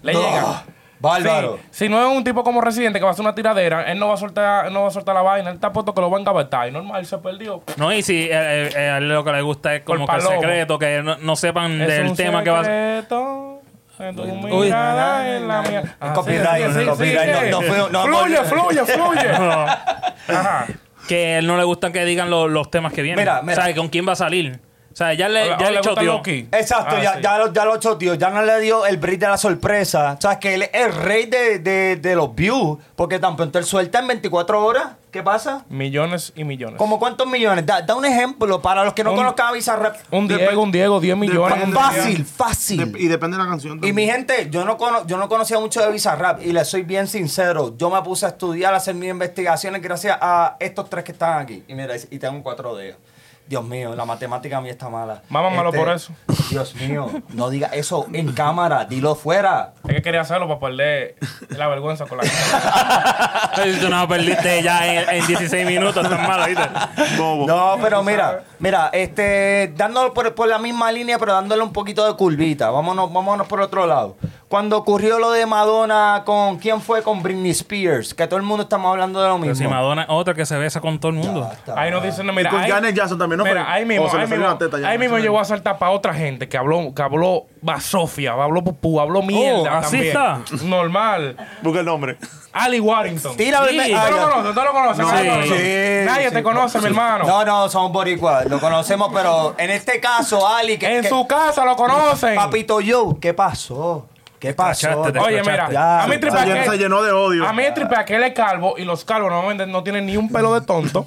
Speaker 2: Le llega.
Speaker 3: Bárbaro.
Speaker 2: Sí, si no es un tipo como residente que va a hacer una tiradera, él no va a soltar, él no va a soltar la vaina, él está puesto que lo va a engavetar. Y normal, se perdió.
Speaker 5: No, y si eh, eh, eh, a él lo que le gusta es como que
Speaker 2: Por
Speaker 5: el
Speaker 2: palomo.
Speaker 5: secreto, que no, no sepan
Speaker 2: Es
Speaker 5: del
Speaker 2: un
Speaker 5: tema que va a ser.
Speaker 2: secreto en tu
Speaker 5: Uy.
Speaker 2: mirada, en la mía. Ah, Ajá,
Speaker 3: copyright,
Speaker 2: sigue, sigue,
Speaker 3: el
Speaker 2: sigue,
Speaker 3: copyright.
Speaker 2: sigue.
Speaker 3: No, no fue- no,
Speaker 2: fluye,
Speaker 3: no-
Speaker 2: fluye, fluye. Ajá.
Speaker 6: Eh,
Speaker 5: Que a él no le gustan que digan lo- los temas que vienen.
Speaker 3: Mira, mira.
Speaker 5: O sea, con quién va a salir. O sea, ya le,
Speaker 2: O- o
Speaker 5: ya le
Speaker 2: gusta
Speaker 5: choteó.
Speaker 2: Loki.
Speaker 3: Exacto,
Speaker 2: Ah,
Speaker 3: ya,
Speaker 2: sí.
Speaker 3: ya lo, ya lo echó, tío. Ya no le dio el brillo de la sorpresa. O sea, que él es el rey de, de- de los views, porque tan pronto él suelta en 24 horas. ¿Qué pasa?
Speaker 2: Millones y millones.
Speaker 3: ¿Como cuántos millones? Da, da un ejemplo para los que no
Speaker 2: Un-
Speaker 3: conozcan a Bizarrap.
Speaker 2: Un
Speaker 6: Dep-
Speaker 2: Diego, un Diego, 10 millones.
Speaker 6: depende.
Speaker 3: Fácil, fácil.
Speaker 6: Dep- y depende de la canción.
Speaker 3: Y
Speaker 6: también.
Speaker 3: mi gente, yo no, cono- yo no conocía mucho de Bizarrap y les soy bien sincero. Yo me puse a estudiar, a hacer mis investigaciones gracias a estos tres que están aquí. Y mira, y tengo cuatro de ellos. Dios mío, la matemática a mí está mala. Este,
Speaker 2: Mámamelo por eso.
Speaker 3: Dios mío, no diga eso en cámara, dilo fuera.
Speaker 2: Es que quería hacerlo para perder la vergüenza con la gente.
Speaker 5: Ay, Tú no perdiste ya en, en 16 minutos, tan malo, ¿viste?
Speaker 6: Bobo.
Speaker 3: No, pero mira, mira, este, dándolo por, por la misma línea, pero dándole un poquito de curvita. Vámonos, vámonos por otro lado. Cuando ocurrió lo de Madonna con, ¿quién fue? Con Britney Spears, que todo el mundo estamos hablando de lo
Speaker 5: Pero si
Speaker 3: mismo.
Speaker 5: Madonna es otra que se besa con todo el mundo.
Speaker 2: Ahí nos dicen, no,
Speaker 6: Y
Speaker 2: mira.
Speaker 6: con
Speaker 2: ahí-
Speaker 6: Janet Jackson también, ¿no?
Speaker 2: Mira,
Speaker 6: Fue-
Speaker 2: ahí mismo,
Speaker 6: o se le
Speaker 2: ahí
Speaker 6: salió
Speaker 2: mismo,
Speaker 6: la teta ya,
Speaker 2: ahí mismo
Speaker 6: sí.
Speaker 2: llegó a saltar para otra gente que habló, que habló basofia, habló pupú,
Speaker 6: Oh,
Speaker 2: habló mierda.
Speaker 5: ¿así
Speaker 2: también. Normal.
Speaker 6: Busca el nombre.
Speaker 2: Ali Warrington.
Speaker 3: Tíralo
Speaker 5: Sí.
Speaker 3: y me-
Speaker 2: Tú
Speaker 3: Ah,
Speaker 2: lo
Speaker 3: ya.
Speaker 2: conoces, tú lo conoces.
Speaker 5: No,
Speaker 2: nadie lo
Speaker 5: sí.
Speaker 2: conoce.
Speaker 3: Sí,
Speaker 2: Nadie
Speaker 3: sí.
Speaker 2: te conoce, mi hermano.
Speaker 3: No, no, somos boricuas, lo conocemos, pero en este caso, Ali, que,
Speaker 2: en
Speaker 3: que-
Speaker 2: su casa lo conocen.
Speaker 3: papito Joe, ¿qué pasó? ¿Qué pasó?
Speaker 5: Cachaste, te
Speaker 2: Oye, mira,
Speaker 5: escuchaste.
Speaker 3: Ya,
Speaker 2: a mí
Speaker 3: se
Speaker 2: triple
Speaker 6: Se llenó, se
Speaker 2: aquel,
Speaker 6: llenó de odio.
Speaker 2: a mí triple aquel es calvo y los calvos normalmente no tienen ni un pelo de tonto.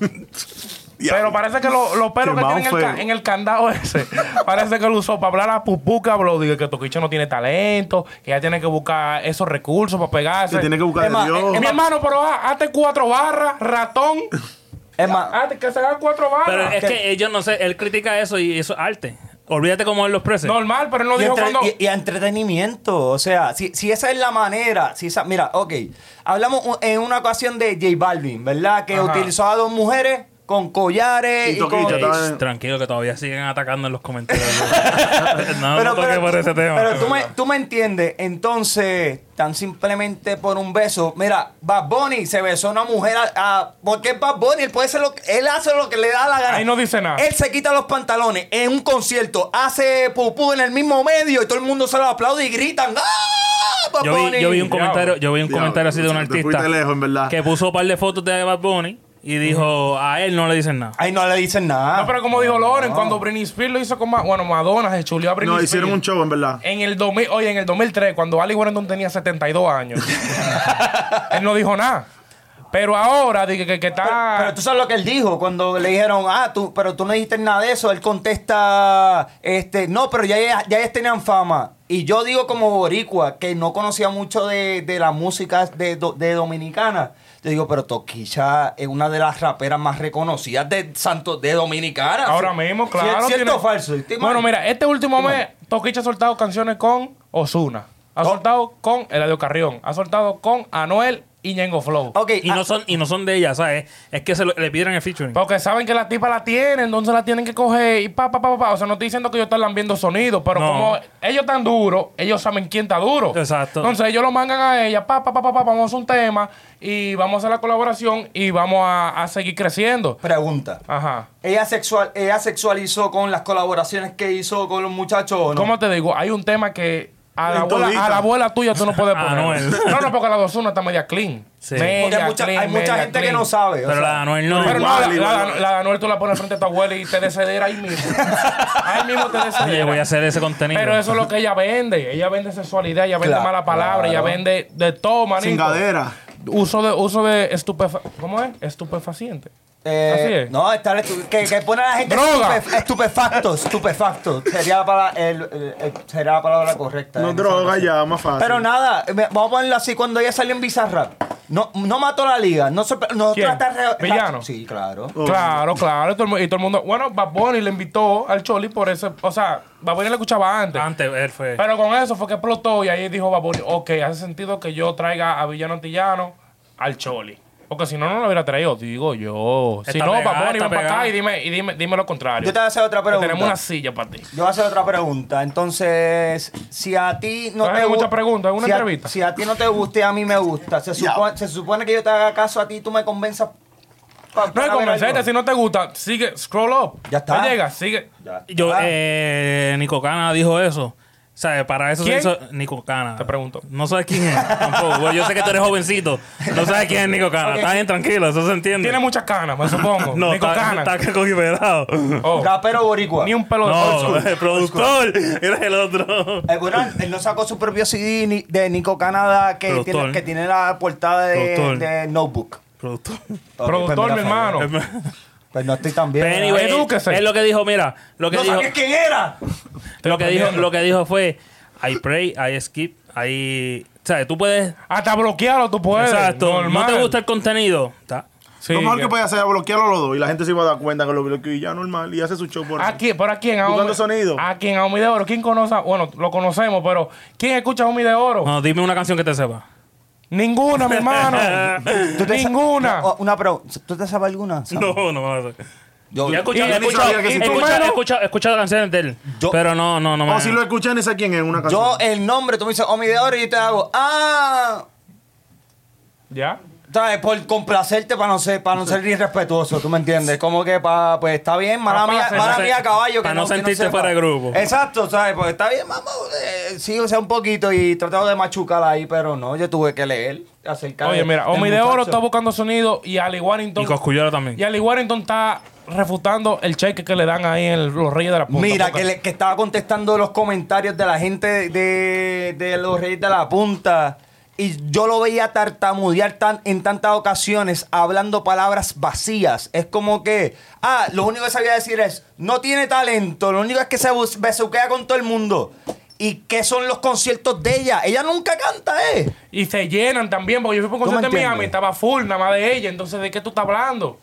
Speaker 2: Pero parece que lo- los pelos que
Speaker 6: Quemado
Speaker 2: tienen en el, ca-
Speaker 6: feo.
Speaker 2: en el candado ese, parece que lo usó para hablar a Pupú, cabrón. Dije que Toquicha no tiene talento, que ella tiene que buscar esos recursos para pegarse.
Speaker 6: Que tiene que buscar
Speaker 3: Es
Speaker 6: de
Speaker 3: más,
Speaker 6: Dios.
Speaker 3: es
Speaker 2: Mi hermano, pero ah, hazte cuatro barras, ratón.
Speaker 3: Es más,
Speaker 2: Hazte que se hagan cuatro barras.
Speaker 5: Pero es
Speaker 3: que-
Speaker 5: que ellos no sé, él critica eso y eso es arte. Olvídate cómo él los prese.
Speaker 2: Normal, pero él no
Speaker 3: y,
Speaker 2: dijo
Speaker 3: entre-
Speaker 2: cuando.
Speaker 3: y- y entretenimiento. O sea, si, si esa es la manera, si esa, mira, ok. Hablamos u- en una ocasión de J Balvin, ¿verdad? Que
Speaker 2: Ajá.
Speaker 3: utilizó a dos mujeres con collares y,
Speaker 6: Y
Speaker 3: con.
Speaker 6: toquilla
Speaker 5: Ey,
Speaker 6: estaba en-
Speaker 5: tranquilo que todavía siguen atacando en los comentarios. no,
Speaker 3: Pero,
Speaker 5: no toque
Speaker 3: pero-
Speaker 5: por ese tema.
Speaker 3: pero tú, me, tú me entiendes, entonces, tan simplemente por un beso. Mira, Bad Bunny se besó a una mujer. A, a- porque es Bad Bunny, él, puede hacer lo que- él hace lo que le da la gana.
Speaker 2: Ahí no dice nada.
Speaker 3: Él se quita los pantalones en un concierto, hace pupú en el mismo medio y todo el mundo se lo aplaude y gritan. ¡Ah! Bad
Speaker 5: Yo vi, yo vi un
Speaker 3: Bunny".
Speaker 5: comentario, yo vi un
Speaker 6: Diablo,
Speaker 5: comentario así de un
Speaker 6: te fuiste
Speaker 5: artista
Speaker 6: lejos, en verdad.
Speaker 5: que puso un par de fotos de Bad Bunny y dijo a él no le dicen nada.
Speaker 3: Ahí no le dicen nada.
Speaker 2: No, pero como dijo Loren, cuando Britney Spears lo hizo con. Ma- Bueno, Madonna se chuleó a Britney
Speaker 6: No,
Speaker 2: Spears.
Speaker 6: hicieron un show, en verdad.
Speaker 2: En el 2000, oye, en el 2003, cuando Ali Warrington tenía 72 años, él no dijo nada. Pero ahora, dije que, que está.
Speaker 3: Pero tú sabes lo que él dijo cuando le dijeron, ah, tú, pero tú no dijiste nada de eso. Él contesta, este, no, pero ya, ellas- ya ellas tenían fama. Y yo digo como boricua, que no conocía mucho de, de la música de, do- de dominicana. Yo digo, pero Toquicha es una de las raperas más reconocidas de Santo de Dominicana.
Speaker 2: ahora
Speaker 3: Sí.
Speaker 2: mismo,
Speaker 3: Sí,
Speaker 2: claro.
Speaker 3: ¿Es cierto
Speaker 2: tiene-
Speaker 3: o falso?
Speaker 2: Bueno, mira, este último mes, Toquicha ha soltado canciones con Osuna. Ha
Speaker 3: Oh.
Speaker 2: soltado con Eladio Carrión. Ha soltado con Anuel y Ñengo Flow.
Speaker 3: Ok,
Speaker 5: Y
Speaker 3: ah,
Speaker 5: no son y no son de ella, ¿sabes? Es que se lo- le pidieron el featuring.
Speaker 2: Porque saben que la tipa la tiene, entonces la tienen que coger y pa, pa, pa, pa, pa. O sea, no estoy diciendo que ellos están viendo sonido, pero
Speaker 5: No.
Speaker 2: como ellos están duros, ellos saben quién está duro.
Speaker 5: Exacto.
Speaker 2: Entonces ellos lo mangan a ella, pa, pa, pa, pa, pa, vamos a hacer un tema y vamos a hacer la colaboración y vamos a, a seguir creciendo.
Speaker 3: pregunta.
Speaker 2: Ajá.
Speaker 3: ¿Ella, sexual, ¿Ella sexualizó con las colaboraciones que hizo con los muchachos o no?
Speaker 2: ¿Cómo te digo? Hay un tema que a la,
Speaker 6: En
Speaker 2: abuela,
Speaker 6: todita.
Speaker 2: a la abuela tuya tú no puedes
Speaker 5: Ah,
Speaker 2: poner.
Speaker 5: no, él.
Speaker 2: no, no, porque la dos una está media clean.
Speaker 5: Sí.
Speaker 3: Porque hay mucha, hay mucha gente que no sabe. o
Speaker 5: pero
Speaker 3: sea.
Speaker 5: la de Anuel no.
Speaker 2: Pero
Speaker 6: Igual,
Speaker 2: no, la,
Speaker 6: igual,
Speaker 2: la-
Speaker 6: igual.
Speaker 2: la de Anuel tú la pones frente a tu abuela y te desederas ahí mismo. ahí mismo te desederas.
Speaker 5: Oye, voy a hacer ese contenido.
Speaker 2: Pero eso es lo que ella vende. Ella vende sexualidad, ella vende
Speaker 3: Claro.
Speaker 2: mala palabra, ella vende de todo, manito.
Speaker 6: Cingadera.
Speaker 2: Uso de, uso de estupefa... ¿Cómo es? Estupefaciente.
Speaker 3: Eh,
Speaker 2: Así es.
Speaker 3: No, estar estu- que, que pone a la gente
Speaker 2: Droga.
Speaker 3: estupef- estupefacto, estupefacto. Sería la, palabra, el- el- el- sería la palabra correcta.
Speaker 6: No
Speaker 3: en esa
Speaker 6: droga
Speaker 3: ocasión.
Speaker 6: ya, más fácil.
Speaker 3: Pero nada, eh, me- vamos a ponerlo así. Cuando ella salió en Bizarrap, no, no mató la liga. No, sorpre- no
Speaker 2: ¿Quién?
Speaker 3: trata re-
Speaker 2: ¿Villano?
Speaker 3: Sí, claro.
Speaker 6: Oh.
Speaker 2: Claro, claro. Y todo, el, mu- y todo el mundo... Bueno, Bad Bunny le invitó al Choli por eso... O sea, Bad Bunny le escuchaba antes.
Speaker 5: antes él fue.
Speaker 2: Pero con eso fue que explotó y ahí dijo Bad Bunny, ok, hace sentido que yo traiga a Villano Antillano al Choli. Porque si no, no lo hubiera traído. Digo yo. si
Speaker 5: Está
Speaker 2: no,
Speaker 5: pegada,
Speaker 2: Bad Bunny,
Speaker 5: está
Speaker 2: ven para acá
Speaker 5: pegada.
Speaker 2: y dime, y dime, dime lo contrario.
Speaker 3: Yo te voy a hacer otra
Speaker 2: Que
Speaker 3: pregunta.
Speaker 2: tenemos una silla para ti.
Speaker 3: Yo voy a hacer otra pregunta. Entonces, si a ti no
Speaker 2: Ah,
Speaker 3: te
Speaker 2: hay
Speaker 3: gu-
Speaker 2: muchas preguntas, es una
Speaker 3: si a-
Speaker 2: entrevista.
Speaker 3: si a ti no te gusta y a mí me gusta, se, supo- se supone que yo te haga caso a ti y tú me convenzas. pa-
Speaker 2: No,
Speaker 3: para
Speaker 2: y
Speaker 3: ver
Speaker 2: convencete,
Speaker 3: algo.
Speaker 2: si no te gusta, sigue, scroll up.
Speaker 3: Ya está.
Speaker 2: No llega, sigue.
Speaker 3: Ya Ah, está.
Speaker 2: Ah.
Speaker 5: Yo, eh, Nico Cana dijo eso. ¿Sabes? Para eso
Speaker 2: ¿Quién?
Speaker 5: se hizo Nico Cana.
Speaker 2: Te pregunto.
Speaker 5: No sabes quién es. Tampoco. Bueno, yo sé que tú eres jovencito. No sabes quién es Nico Cana.
Speaker 3: Ok.
Speaker 5: Está bien, tranquilo. Eso se entiende.
Speaker 2: Tiene muchas canas, me supongo.
Speaker 5: no,
Speaker 2: Nico
Speaker 5: está,
Speaker 2: canas.
Speaker 5: está que cogí pegado.
Speaker 2: Oh,
Speaker 3: Rapero boricua.
Speaker 2: Ni un pelo de
Speaker 5: No,
Speaker 2: old school.
Speaker 5: el productor. Era el otro.
Speaker 3: Eh, bueno, él no sacó su propio CD ni- de Nico Canadá que
Speaker 5: Productor.
Speaker 3: tiene, que tiene la portada de,
Speaker 5: Productor.
Speaker 3: de Notebook.
Speaker 5: productor.
Speaker 3: Ok,
Speaker 2: Productor,
Speaker 3: pues mira,
Speaker 2: mi hermano.
Speaker 3: Pues no estoy tan bien.
Speaker 5: Pero
Speaker 3: ¿verdad?
Speaker 5: anyway,
Speaker 2: Eh, Edúquese.
Speaker 5: Es lo que dijo, mira. Lo que
Speaker 3: ¡No
Speaker 5: dijo.
Speaker 3: sabías quién era!
Speaker 5: Lo que dijo,
Speaker 2: aprendiendo.
Speaker 5: lo que dijo fue, I pray, I skip, I... O sea, tú puedes...
Speaker 2: Hasta bloquearlo tú puedes.
Speaker 5: exacto.
Speaker 2: Normal.
Speaker 5: No te gusta el contenido. ta.
Speaker 2: Sí,
Speaker 6: lo mejor que,
Speaker 2: que-
Speaker 6: podía hacer era bloquearlo los dos y la gente se iba a dar cuenta que lo bloqueó y ya normal y hace su show por
Speaker 2: ¿A quién? ¿Pero a quién? ¿A
Speaker 6: Buscando
Speaker 2: Omi-
Speaker 6: sonido.
Speaker 2: ¿A quién? ¿A Omi de Oro? ¿Quién conoce? a- Bueno, lo conocemos, pero ¿quién escucha a Omi de Oro?
Speaker 3: Ah.
Speaker 5: No, dime una canción que te sepa.
Speaker 2: Ninguna, mi hermano.
Speaker 3: ¿Tú te sa-
Speaker 2: Ninguna.
Speaker 3: No, una pregunta. ¿Tú te sabes alguna? Sam?
Speaker 5: No, no me la sé.
Speaker 3: Yo,
Speaker 5: Yo he escuchado,
Speaker 2: y-
Speaker 5: he
Speaker 2: y-
Speaker 5: escuchado,
Speaker 6: y-
Speaker 5: he
Speaker 6: y-
Speaker 5: escuchado- he escuchado- he escuchado canciones de él. Oh,
Speaker 3: Yo-
Speaker 5: pero no, no, no me
Speaker 6: O si lo escuchan, es a quién es una canción.
Speaker 3: yo el nombre, tú me dices, oh, mi de oro, y yo te hago, ah,
Speaker 2: ¿Ya?
Speaker 3: ¿sabes? Por complacerte para no ser, para no ser irrespetuoso, ¿tú me entiendes? Como que para, pues está bien, mala
Speaker 2: Pa'
Speaker 3: mía,
Speaker 2: pase,
Speaker 3: mala
Speaker 5: pa'
Speaker 3: mía
Speaker 5: se-
Speaker 3: caballo.
Speaker 5: pa'
Speaker 3: que
Speaker 5: no
Speaker 3: que
Speaker 5: sentirte
Speaker 3: sepa.
Speaker 5: fuera de grupo.
Speaker 3: Exacto, ¿sabes? Pues está bien, mamá, eh, sí, o sea, un poquito y trataba de machucar ahí, pero no, yo tuve que leer acerca
Speaker 2: Oye,
Speaker 3: de-
Speaker 2: mira,
Speaker 3: del
Speaker 2: Omi de Oro
Speaker 3: muchacho.
Speaker 2: está buscando sonido y Ali Warrington.
Speaker 5: Y Cosculluela también.
Speaker 2: Y Ali Warrington está refutando el cheque que le dan ahí en el- los Reyes de la Punta.
Speaker 3: Mira,
Speaker 2: Porque-
Speaker 3: que, le- que estaba contestando los comentarios de la gente de, de los Reyes de la Punta. Y yo lo veía tartamudear tan, en tantas ocasiones, hablando palabras vacías. Es como que, ah, lo único que sabía decir es, no tiene talento, lo único es que se bus- besuquea con todo el mundo. ¿Y qué son los conciertos de ella? Ella nunca canta, ¿eh?
Speaker 2: Y se llenan también, porque yo fui por un
Speaker 3: ¿Tú me
Speaker 2: concierto en
Speaker 3: entiendes?
Speaker 2: Miami, estaba full nada más de ella. Entonces, ¿de qué tú estás hablando?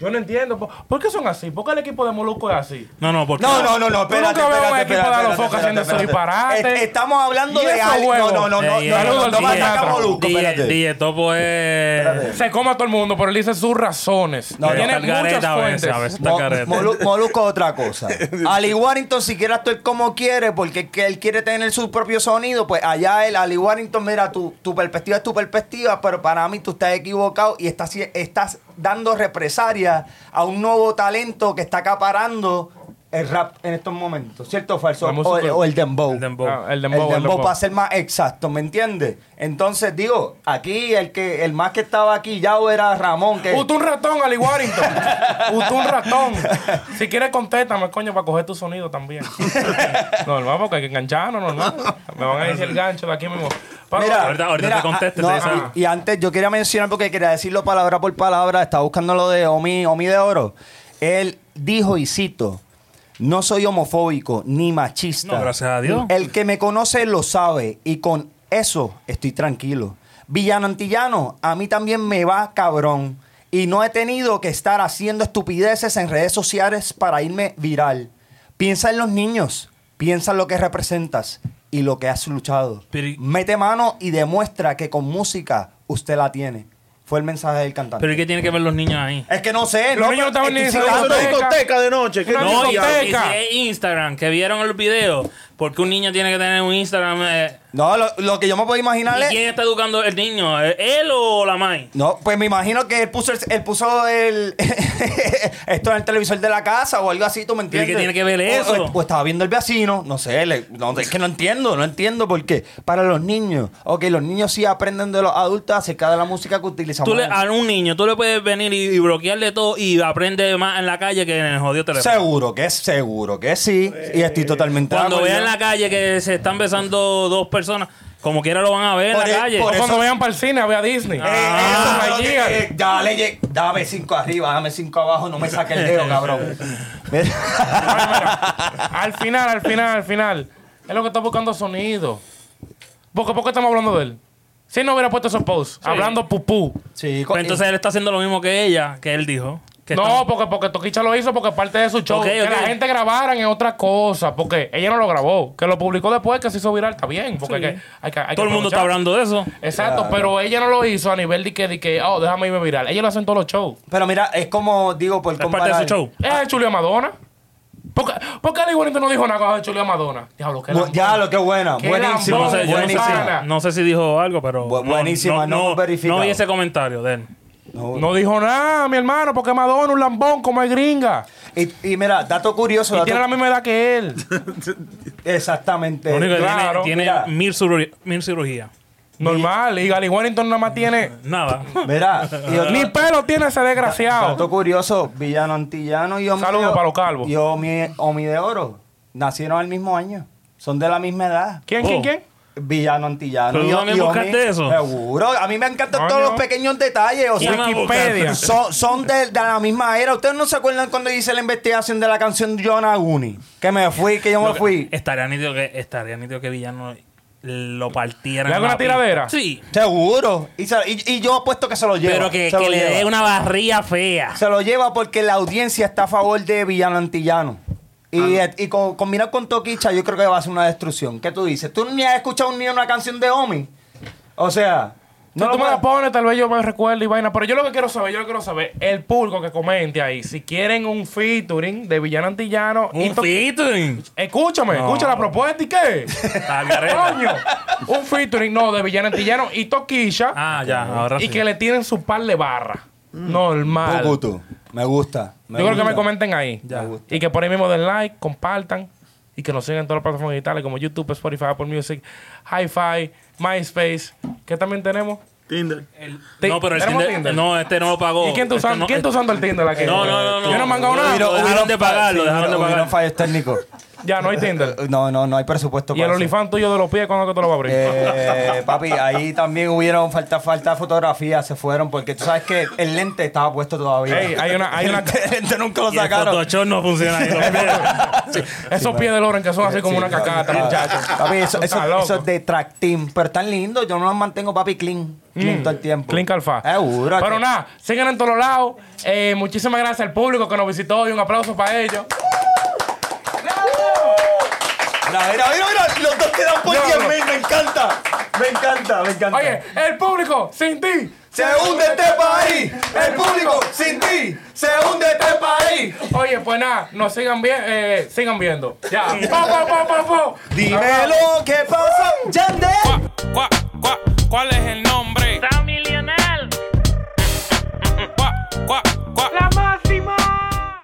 Speaker 2: Yo no entiendo. ¿Por, por qué son así? ¿Por qué el equipo de Molusco es así?
Speaker 5: No, no, porque.
Speaker 3: No, no, no, no,
Speaker 2: Tú nunca
Speaker 3: espérate,
Speaker 2: ves un
Speaker 3: espérate,
Speaker 2: equipo de
Speaker 3: espérate,
Speaker 2: los focas haciendo
Speaker 3: espérate,
Speaker 2: esos
Speaker 3: espérate.
Speaker 2: disparates.
Speaker 3: Es- Estamos hablando
Speaker 2: Y
Speaker 3: de
Speaker 2: esos
Speaker 3: algo. No,
Speaker 2: huevos.
Speaker 3: no, no, no, no,
Speaker 5: Eh,
Speaker 3: no, no,
Speaker 2: saludos,
Speaker 3: no,
Speaker 2: DJ.
Speaker 3: no, Molusco,
Speaker 5: DJ,
Speaker 3: espérate.
Speaker 5: DJ Topo es.
Speaker 2: Se come a todo el mundo, pero él dice sus razones.
Speaker 3: No, no,
Speaker 2: Tiene
Speaker 5: está el
Speaker 2: muchas
Speaker 5: garete a veces,
Speaker 2: fuentes.
Speaker 5: a veces está el
Speaker 3: Mo-
Speaker 5: garete.
Speaker 3: Molu- Molusco es otra cosa. Ali Warrington, si quiere actuar como quiere, porque que él quiere tener su propio sonido, pues allá él, Ali Warrington, mira, tu, tu perspectiva es tu perspectiva, pero para mí tú estás equivocado y estás, estás dando represalias a un nuevo talento que está acaparando el rap en estos momentos, ¿cierto o falso?
Speaker 2: La música-
Speaker 3: O el, o el dembow.
Speaker 5: El dembow.
Speaker 2: Ah, el
Speaker 3: El
Speaker 2: dembow, el dembow.
Speaker 3: para ser más exacto, ¿me entiendes? Entonces, digo, aquí el que el más que estaba aquí ya era Ramón, que...
Speaker 2: Usted un ratón, Ali Warrington. Usted un ratón. Si quieres, contéstame, coño, para coger tu sonido también. normal, porque hay que engancharnos, normal. Me van a decir el gancho de aquí mismo. Pero-
Speaker 3: Mira,
Speaker 5: Ahorita- ahorita
Speaker 3: mira,
Speaker 5: te contesto, te
Speaker 3: ah, no,
Speaker 5: dicen.
Speaker 3: ah, Y antes yo quería mencionar porque quería decirlo palabra por palabra. Estaba buscando lo de Omi, Omi de Oro. Él dijo, y cito, no soy homofóbico ni machista.
Speaker 5: No, gracias a Dios.
Speaker 3: El que me conoce lo sabe y con eso estoy tranquilo. Villano Antillano, a mí también me va cabrón. Y no he tenido que estar haciendo estupideces en redes sociales para irme viral. Piensa en los niños, piensa en lo que representas y lo que has luchado.
Speaker 5: Pero y-
Speaker 3: Mete mano y demuestra que con música usted la tiene. Fue el mensaje del cantante.
Speaker 5: Pero ¿y qué tienen que ver los niños ahí?
Speaker 3: es que no sé,
Speaker 2: Los
Speaker 3: no,
Speaker 2: niños
Speaker 3: pero-
Speaker 2: estaban en
Speaker 3: estoy
Speaker 2: esa
Speaker 6: Es
Speaker 3: citando-
Speaker 6: una
Speaker 2: discoteca.
Speaker 6: discoteca de noche. ¿qué
Speaker 2: Una
Speaker 6: diablo?
Speaker 5: No, y
Speaker 2: discoteca.
Speaker 5: y si es Instagram, que vieron el video, porque un niño tiene que tener un Instagram. eh,
Speaker 3: No, lo, lo que yo me puedo imaginar
Speaker 5: ¿Y
Speaker 3: es...
Speaker 5: quién está educando el niño? ¿Eh, ¿Él o la mai?
Speaker 3: No, pues me imagino que él puso el, él puso el esto en el televisor de la casa o algo así, ¿tú me
Speaker 5: ¿Pero
Speaker 3: entiendes?
Speaker 5: y qué tiene que ver
Speaker 3: O-
Speaker 5: eso?
Speaker 3: O, o estaba viendo el vecino, no sé, le- no, es que no entiendo, no entiendo por qué. Para los niños, ok, los niños sí aprenden de los adultos acerca de la música que utilizamos.
Speaker 5: Tú le, ah, a un niño, tú le puedes venir y, y bloquearle todo y aprende más en la calle que en el jodido teléfono.
Speaker 3: Seguro que es seguro que sí, y estoy totalmente de
Speaker 5: Cuando
Speaker 3: acuerdo.
Speaker 5: vean en la calle que se están besando dos personas, como quiera lo van a ver
Speaker 3: Por
Speaker 5: en
Speaker 3: e-
Speaker 5: la calle.
Speaker 2: O
Speaker 3: por
Speaker 2: cuando
Speaker 3: eso-
Speaker 2: vayan para el cine, a ver a Disney.
Speaker 3: Eh,
Speaker 2: Ah,
Speaker 3: eso,
Speaker 2: allí,
Speaker 3: eh, eh, dale, ye- dame cinco arriba, dame cinco abajo, no me saques el dedo, cabrón.
Speaker 2: Ay, mira. Al final, al final, al final. Es lo que está buscando sonido. Porque, ¿Por qué estamos hablando de él? Si él no hubiera puesto esos posts, hablando pupú.
Speaker 3: Sí,
Speaker 5: Pues entonces él está haciendo lo mismo que ella, que él dijo. Que
Speaker 2: no, pues,
Speaker 5: están-
Speaker 2: porque, porque Toquicha lo hizo porque parte de su show.
Speaker 5: Ok,
Speaker 2: Que
Speaker 5: ok.
Speaker 2: la gente grabaran es otra cosa. Porque ella no lo grabó. Que lo publicó después, que se hizo viral, está bien. Porque
Speaker 5: Sí.
Speaker 2: hay que- hay que- hay que
Speaker 5: todo el mundo está
Speaker 2: aprovechar.
Speaker 5: hablando de eso.
Speaker 2: Exacto, pero ella no lo hizo a nivel de que, de que, oh, déjame irme viral. Ella lo hace en todos los shows.
Speaker 3: Pero mira, es como, digo, por
Speaker 5: Es parte de su
Speaker 3: comparar-
Speaker 5: show.
Speaker 2: Es de Chulia Eh, Madonna. ¿Por qué, por qué Ali Warrington no dijo nada con Chulia Madonna? Diablo, que
Speaker 3: Bu- ya, lo que buena.
Speaker 2: Qué
Speaker 3: Buenísimo.
Speaker 5: Yo no sé, yo no sé,
Speaker 3: buenísimo.
Speaker 2: buenísima.
Speaker 5: no sé si dijo algo, pero.
Speaker 3: Bu-
Speaker 5: no-
Speaker 3: buenísima, no verificado.
Speaker 5: No vi ese comentario de él.
Speaker 2: Eh, No dijo nada, mi hermano, porque Madonna un lambón como es gringa.
Speaker 3: Y, y mira, dato curioso.
Speaker 2: Y
Speaker 3: dato-
Speaker 2: tiene la misma edad que él.
Speaker 3: Exactamente.
Speaker 5: Lo único que tiene-
Speaker 2: claro,
Speaker 5: tiene,
Speaker 3: mira.
Speaker 5: mil, cirugía- mil cirugías.
Speaker 2: Normal. Y Ali Warrington nada más tiene.
Speaker 5: Nada.
Speaker 3: Mira, y otro-
Speaker 2: Ni pelo tiene ese desgraciado.
Speaker 3: dato curioso, Villano Antillano y Omi
Speaker 2: Saludos
Speaker 3: de Oro-
Speaker 2: para los calvos.
Speaker 3: Y Omi, Omi de Oro nacieron al mismo año. Son de la misma edad.
Speaker 2: ¿Quién, quién,
Speaker 5: Oh.
Speaker 2: quién?
Speaker 3: Villano Antillano.
Speaker 5: Pero
Speaker 3: y-
Speaker 5: tú también
Speaker 3: y Omi-
Speaker 5: buscaste eso.
Speaker 3: Seguro. A mí me encantan
Speaker 2: Coño.
Speaker 3: todos los pequeños detalles. O sea,
Speaker 5: ¿Quién más
Speaker 2: Wikipedia.
Speaker 5: busca?
Speaker 3: Son, son de, de la misma era. ¿Ustedes no se acuerdan cuando hice la investigación de la canción de John Aguni? Que me fui, que yo me fui.
Speaker 5: Estaría nítido que, estaría nítido que Villano lo partieran.
Speaker 2: ¿Le hago
Speaker 5: en
Speaker 2: una tiradera?
Speaker 5: pista. Sí.
Speaker 3: Seguro. Y, se- y- y yo apuesto que se lo lleva.
Speaker 5: Pero que,
Speaker 3: se
Speaker 5: que
Speaker 3: lo
Speaker 5: le
Speaker 3: lleva.
Speaker 5: dé una barría fea.
Speaker 3: Se lo lleva porque la audiencia está a favor de Villano Antillano. Y,
Speaker 2: Ah.
Speaker 3: y co- combinado con Toquicha, yo creo que va a ser una destrucción. ¿Qué tú dices? ¿Tú ni has escuchado ni una canción de Omi? O sea,
Speaker 2: No,
Speaker 3: no
Speaker 2: tú
Speaker 3: lo
Speaker 2: me la
Speaker 3: puedo-
Speaker 2: pones, tal vez yo me recuerdo y vaina. Pero yo lo que quiero saber, yo lo que quiero saber, el público que comente ahí, si quieren un featuring de Villano Antillano. y
Speaker 5: Un
Speaker 2: to-
Speaker 5: featuring.
Speaker 2: Escúchame,
Speaker 5: No.
Speaker 2: escucha la propuesta y qué.
Speaker 5: La careta.
Speaker 2: Coño, un featuring, no, de Villano Antillano y Toquilla.
Speaker 5: Ah, ya, ahora
Speaker 2: y
Speaker 5: sí.
Speaker 2: que le tienen su par de barra. Normal.
Speaker 3: Pucutu. Me gusta. me
Speaker 2: Yo creo que
Speaker 3: gusta.
Speaker 2: me comenten ahí.
Speaker 3: Ya. Me gusta.
Speaker 2: Y que por ahí mismo den like, compartan y que nos sigan en todas las plataformas digitales como YouTube, Spotify, Apple Music, Hi-Fi, MySpace, que también tenemos.
Speaker 6: Tinder.
Speaker 2: Ti-
Speaker 5: no, pero el
Speaker 2: ¿tenemos
Speaker 5: Tinder, No, este no lo pagó.
Speaker 2: ¿Y quién está
Speaker 5: Este
Speaker 2: usando,
Speaker 5: no-
Speaker 2: quién está usando el Tinder aquí?
Speaker 5: No, no, no, no.
Speaker 2: Yo no me han ganado
Speaker 5: Yo
Speaker 2: nada.
Speaker 5: no-
Speaker 3: Hubieron-
Speaker 5: Dejaron de
Speaker 3: hubieron-
Speaker 5: pagarlo,
Speaker 3: sí,
Speaker 5: dejaron de
Speaker 3: hubieron
Speaker 5: pagar.
Speaker 3: fallos técnicos.
Speaker 2: Ya,
Speaker 3: eh,
Speaker 2: no hay Tinder.
Speaker 3: No, no, no hay presupuesto
Speaker 2: Y el
Speaker 3: eso.
Speaker 2: olifán tuyo de los pies, ¿cuándo que te lo va a abrir?
Speaker 3: Eh, papi, ahí también hubieron falta, falta de fotografía, se fueron, porque tú sabes que el lente estaba puesto todavía.
Speaker 2: Ey, hay una- hay
Speaker 3: el,
Speaker 2: una-
Speaker 3: lente, el lente nunca lo
Speaker 5: Y el
Speaker 3: sacaron.
Speaker 5: Photoshop no funciona. ahí, lo-
Speaker 2: Esos pies de Loren que son así como
Speaker 3: Sí,
Speaker 2: una
Speaker 3: no,
Speaker 2: cacata,
Speaker 3: no,
Speaker 2: muchachos.
Speaker 3: Ah, Papi, eso, eso,
Speaker 2: Tú estás loco.
Speaker 3: eso es de track team, pero tan lindo, yo no los mantengo, papi, clean. Clean todo el tiempo.
Speaker 2: Mm. Clean Calfa.
Speaker 3: Seguro.
Speaker 2: Pero
Speaker 3: que-
Speaker 2: nada, sigan en todos lados. Eh, muchísimas gracias al público que nos visitó y un aplauso para ellos.
Speaker 3: Mira, mira, mira, mira, los dos quedan por 10
Speaker 2: Diablo.
Speaker 3: mil, me encanta. Me encanta, me encanta.
Speaker 2: Oye, el público, sin ti.
Speaker 3: Se hunde este país, el público sin ti, se hunde este país.
Speaker 2: Oye, pues nada, nos sigan, bien, eh, sigan viendo. Ya. Pa, pa, pa, pa, pa.
Speaker 3: Dime lo que pasa, Yandel.